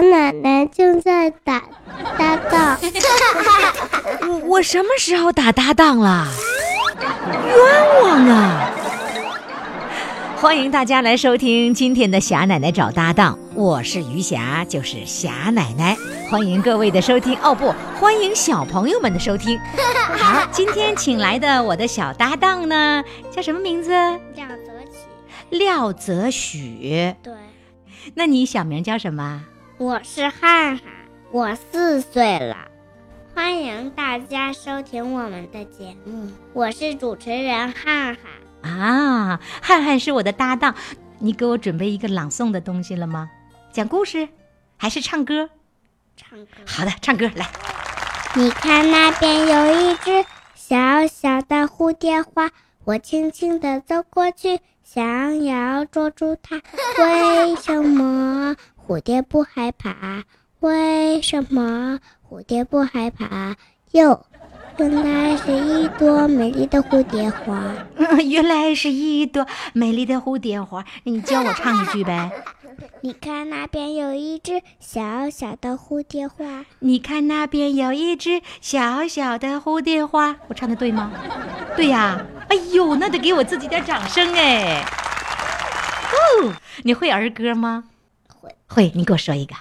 奶奶正在打搭 档，我我什么时候打搭档了？冤枉啊！欢迎大家来收听今天的霞奶奶找搭档，我是余霞，就是霞奶奶。欢迎各位的收听，哦不，欢迎小朋友们的收听。好，今天请来的我的小搭档呢，叫什么名字？叫泽起。廖泽许。对，那你小名叫什么？我是汉汉，我四岁了。欢迎大家收听我们的节目，我是主持人汉汉。啊，汉汉是我的搭档，你给我准备一个朗诵的东西了吗？讲故事，还是唱歌？唱歌。好的，唱歌来。 你看那边有一只小小的蝴蝶花，我轻轻地走过去，想要捉住它。为什么蝴蝶不害怕？为什么蝴蝶不害怕？哟，原来是一朵美丽的蝴蝶花。嗯，原来是一朵美丽的蝴蝶花，你教我唱一句呗？你看那边有一只小小的蝴蝶花，你看那边有一只小小的蝴蝶花，我唱的对吗？对呀、哎呦，那得给我自己点掌声哎！哦，你会儿歌吗？会，会，你给我说一个。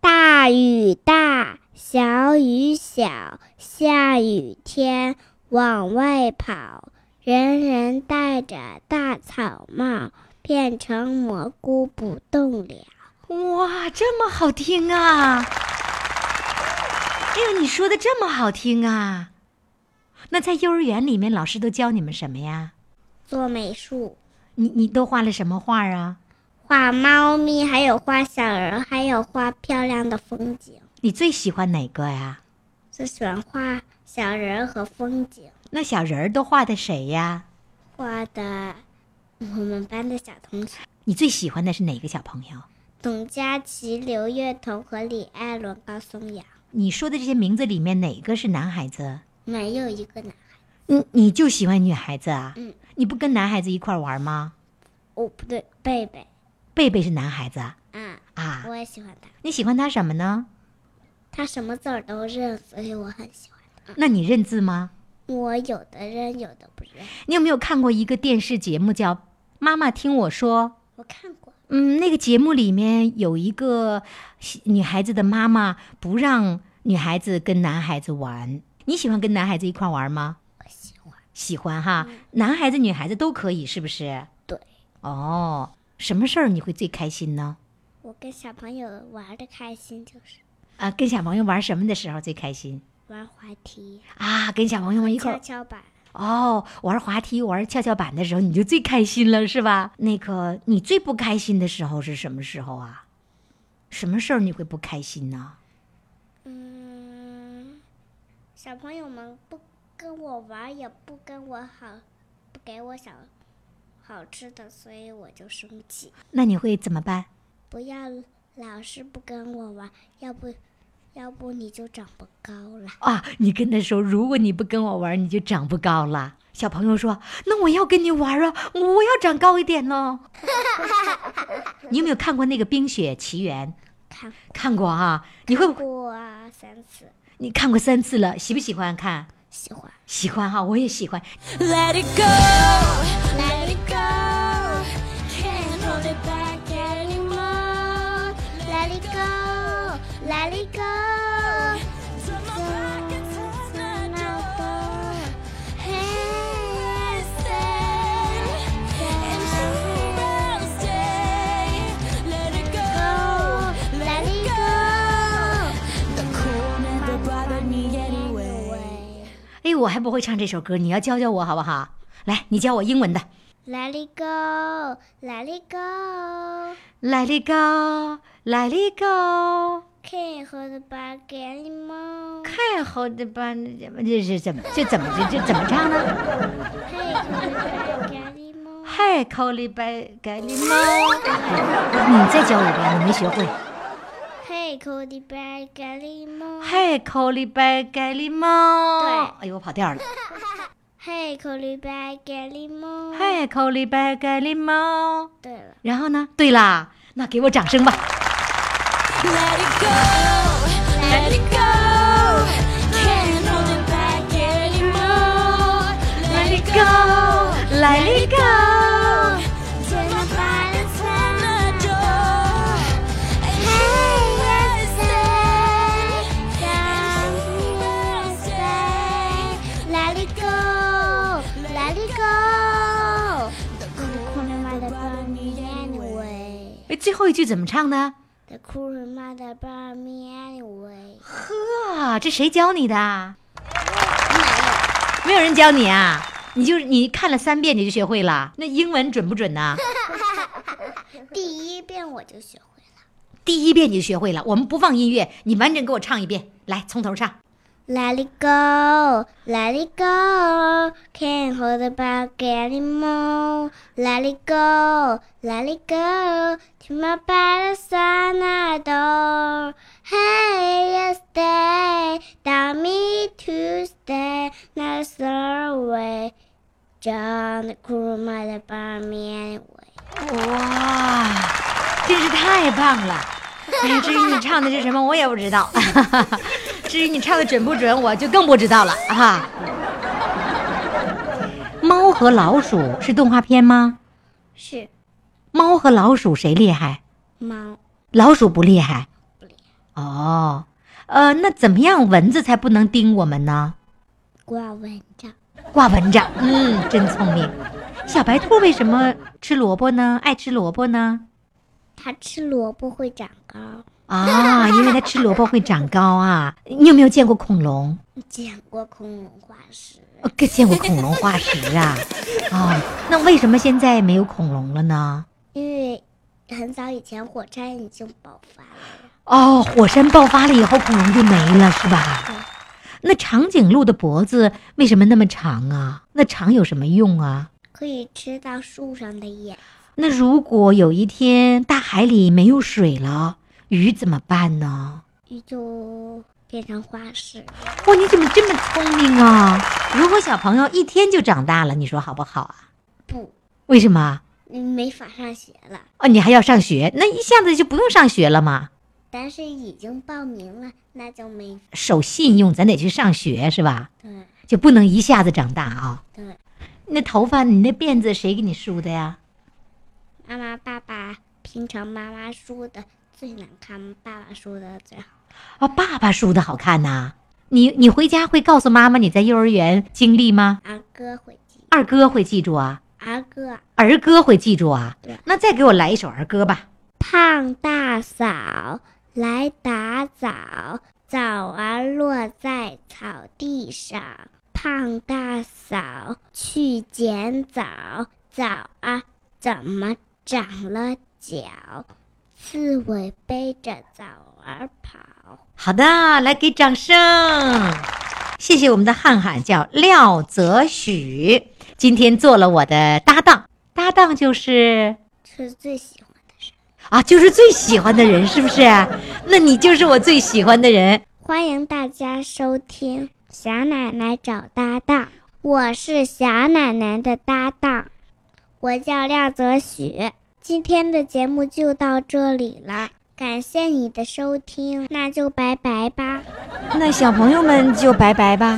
大雨大，小雨小，下雨天往外跑，人人戴着大草帽，变成蘑菇不动了。哇，这么好听啊！哎呦，你说的这么好听啊！那在幼儿园里面，老师都教你们什么呀？做美术，你你都画了什么画啊？画猫咪，还有画小人，还有画漂亮的风景。你最喜欢哪个呀？最喜欢画小人和风景，那小人儿都画的谁呀？画的嗯我们班的小同学。你最喜欢的是哪个小朋友？董佳琪、刘月彤和李艾伦、高松阳，你说的这些名字里面哪个是男孩子？没有一个男孩。你你就喜欢女孩子啊？嗯，你不跟男孩子一块儿玩吗？哦，不对，贝贝。贝贝是男孩子啊啊，啊？我也喜欢他，你喜欢他什么呢？他什么字儿都认，所以我很喜欢。那你认字吗？我有的认，有的不认。你有没有看过一个电视节目叫《妈妈听我说》？我看过，嗯，那个节目里面有一个喜女孩子的妈妈不让女孩子跟男孩子玩。你喜欢跟男孩子一块玩吗？我喜欢。喜欢哈，男孩子、女孩子都可以，是不是？对，哦，什么事儿你会最开心呢？我跟小朋友玩的开心，就是啊，跟小朋友玩什么的时候最开心玩滑梯、啊？跟小朋友们一块跷儿跷板。哦，玩滑梯、玩跷跷板的时候，你就最开心了，是吧？那个，你最不开心的时候是什么时候啊？什么事儿你会不开心呢？嗯，小朋友们不跟我玩，也不跟我好，不给我小好吃的，所以我就生气。那你会怎么办？不要老是不跟我玩，要不，要不你就长不高了。啊，你跟他说，如果你不跟我玩，你就长不高了。小朋友说：“那我要跟你玩啊，我要长高一点呢。”你有没有看过那个《冰雪奇缘看》？看过啊？你会不会？过啊三次，你看过三次了，喜不喜欢看？喜欢。喜欢哈、我也喜欢。 Let it go, Let it go, can't hold it back anymore. let it go, let it go. Turn my back and touch the door. Hey, stay, and she will stay. Let it go, let it go. The cold never bothered me anyway. 哎，我还不会唱这首歌，你要教教我好不好？来，你教我英文的。 Let it go, let it go. Let it go, let it go, Can't hold it back anymore. 太好的吧？这是怎么？这怎么？这这怎么唱呢？ Can't hold it back anymore. 嗨，口里白盖里猫。嗯你再教我一遍，我没学会。 Can't hold it back anymore. 嗨，口里白盖里猫。对哎呦，我跑调了。 Can't hold it back anymore. 嗨，口里白盖里猫。对了，然后呢？对啦，那给我掌声吧。 Let it go, let it go. Can't hold it back anymore. Let it go, let it go. Turn the violence slam the door. And you will stay. And you will stay. Let it go, let it go。The cool mother brought me anyway. 哎，最后一句怎么唱呢？ The cool mother brought me anyway. 呵，这谁教你的啊？没有人教你啊？你就你看了三遍你就学会了？那英文准不准呢？第一遍我就学会了。第一遍你就学会了。我们不放音乐，你完整给我唱一遍，来，从头唱。 Let it go, let it go, can't hold it back anymore. Let it go, let it go, to my baddest son I adore. Hey, yesterday, tell me to stay, not throw away. John the cruel mother by me anyway. 哇，真是太棒了！哎呀，至于你唱的是什么，我也不知道。 至于你唱的准不准，我就更不知道了啊。猫和老鼠是动画片吗？是猫和老鼠谁厉害？猫老鼠不厉害。不厉害。哦，呃，那怎么样蚊子才不能叮我们呢？挂蚊帐，挂蚊帐，嗯，真聪明。小白兔为什么吃萝卜呢？爱吃萝卜呢？它吃萝卜会长高。啊，因为它吃萝卜会长高啊！你有没有见过恐龙？见过恐龙化石，呃可见过恐龙化石啊！啊，那为什么现在没有恐龙了呢？因为很早以前火山已经爆发了。哦，火山爆发了以后，恐龙就没了，是吧？那长颈鹿的脖子为什么那么长啊？那长有什么用啊？可以吃到树上的叶，那如果有一天大海里没有水了，鱼怎么办呢？鱼就变成化石。哇，你怎么这么聪明啊？如果小朋友一天就长大了，你说好不好啊？不，为什么？你没法上学了，哦，你还要上学，那一下子就不用上学了嘛？但是已经报名了，那就没守信用，咱得去上学是吧？对就不能一下子长大啊！对。那头发，你那辫子谁给你梳的呀？妈妈、爸爸，平常妈妈梳的最难看，爸爸梳的最好。哦，爸爸梳的好看呐、你你回家会告诉妈妈你在幼儿园经历吗？儿歌会记，二哥会记住啊，儿歌儿歌会记住啊对。那再给我来一首儿歌吧。胖大嫂来打枣，枣儿落在草地上。胖大嫂去捡枣，枣儿怎么长了脚？刺猬背着枣儿跑。好的，来给掌声。谢谢我们的汉汉，叫廖泽许，今天做了我的搭档，搭档就是是最喜欢的事。啊，就是最喜欢的人，是不 是？那你就是我最喜欢的人。欢迎大家收听《小奶奶找搭档》，我是小奶奶的搭档，我叫廖泽许。今天的节目就到这里了，感谢你的收听，那就拜拜吧。那小朋友们就拜拜吧，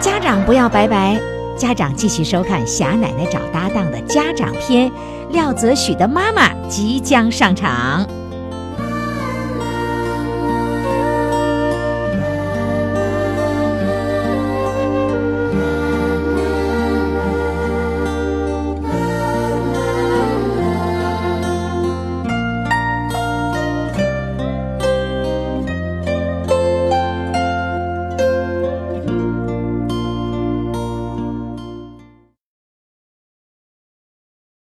家长不要拜拜，家长继续收看《霞奶奶找搭档》的家长篇，廖泽许的妈妈即将上场。